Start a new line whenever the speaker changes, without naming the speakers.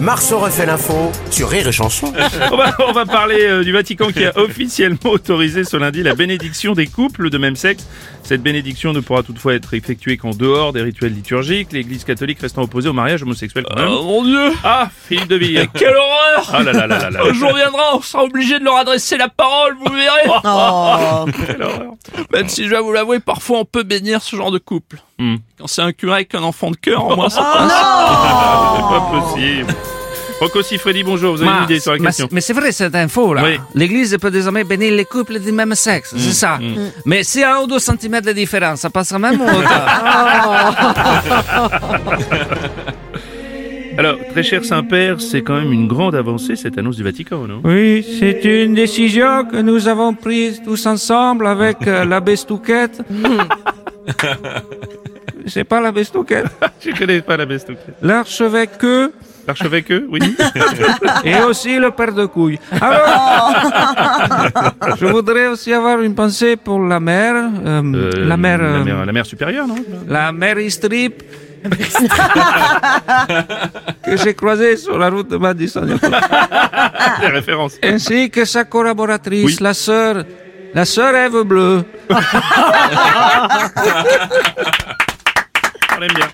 Marceau refait l'info sur Rire et Chanson.
On va, on va parler euh, du Vatican qui a officiellement autorisé ce lundi la bénédiction des couples de même sexe. Cette bénédiction ne pourra toutefois être effectuée qu'en dehors des rituels liturgiques, l'église catholique restant opposée au mariage homosexuel quand même.
Euh, mon dieu
Ah, Philippe de Villers.
Quelle horreur
Ah là là là là là.
Un jour viendra, on sera obligé de leur adresser la parole, vous verrez
Quelle horreur.
Même si je dois vous l'avouer, parfois on peut bénir ce genre de couple. Quand c'est un curé avec un enfant de cœur, au moins ça passe.
C'est pas possible. Rocco Siffredi, bonjour, vous avez une
Mars.
idée sur la
Mais-
question
Mais, c'est vrai cette info là.
Oui. Mm.
L'église peut désormais bénir les couples du même sexe, c'est ça. Mais c'est un ou deux centimètres de différence, ça passera même ou pas
Alors, très cher Saint-Père, c'est quand même une grande avancée cette annonce du Vatican, non
Oui, c'est une décision que nous avons prise tous ensemble avec euh, l'abbé Stouquette. c'est pas l'abbé Stouquette.
Bah, Je connais pas la best ok.
L'archevêque
L'archevêque, oui
et aussi le père de couille. Alors, je voudrais aussi avoir une pensée pour la mère. euh,
Euh,
la mère.
la
euh,
mère. la mère supérieure, non
la Mary Strip que j'ai croisée sur la route de Madison. Ah.
Les références.
Ainsi que sa collaboratrice,
Oui.
la sœur, la sœur Ève Bleue.
On l'aime bien.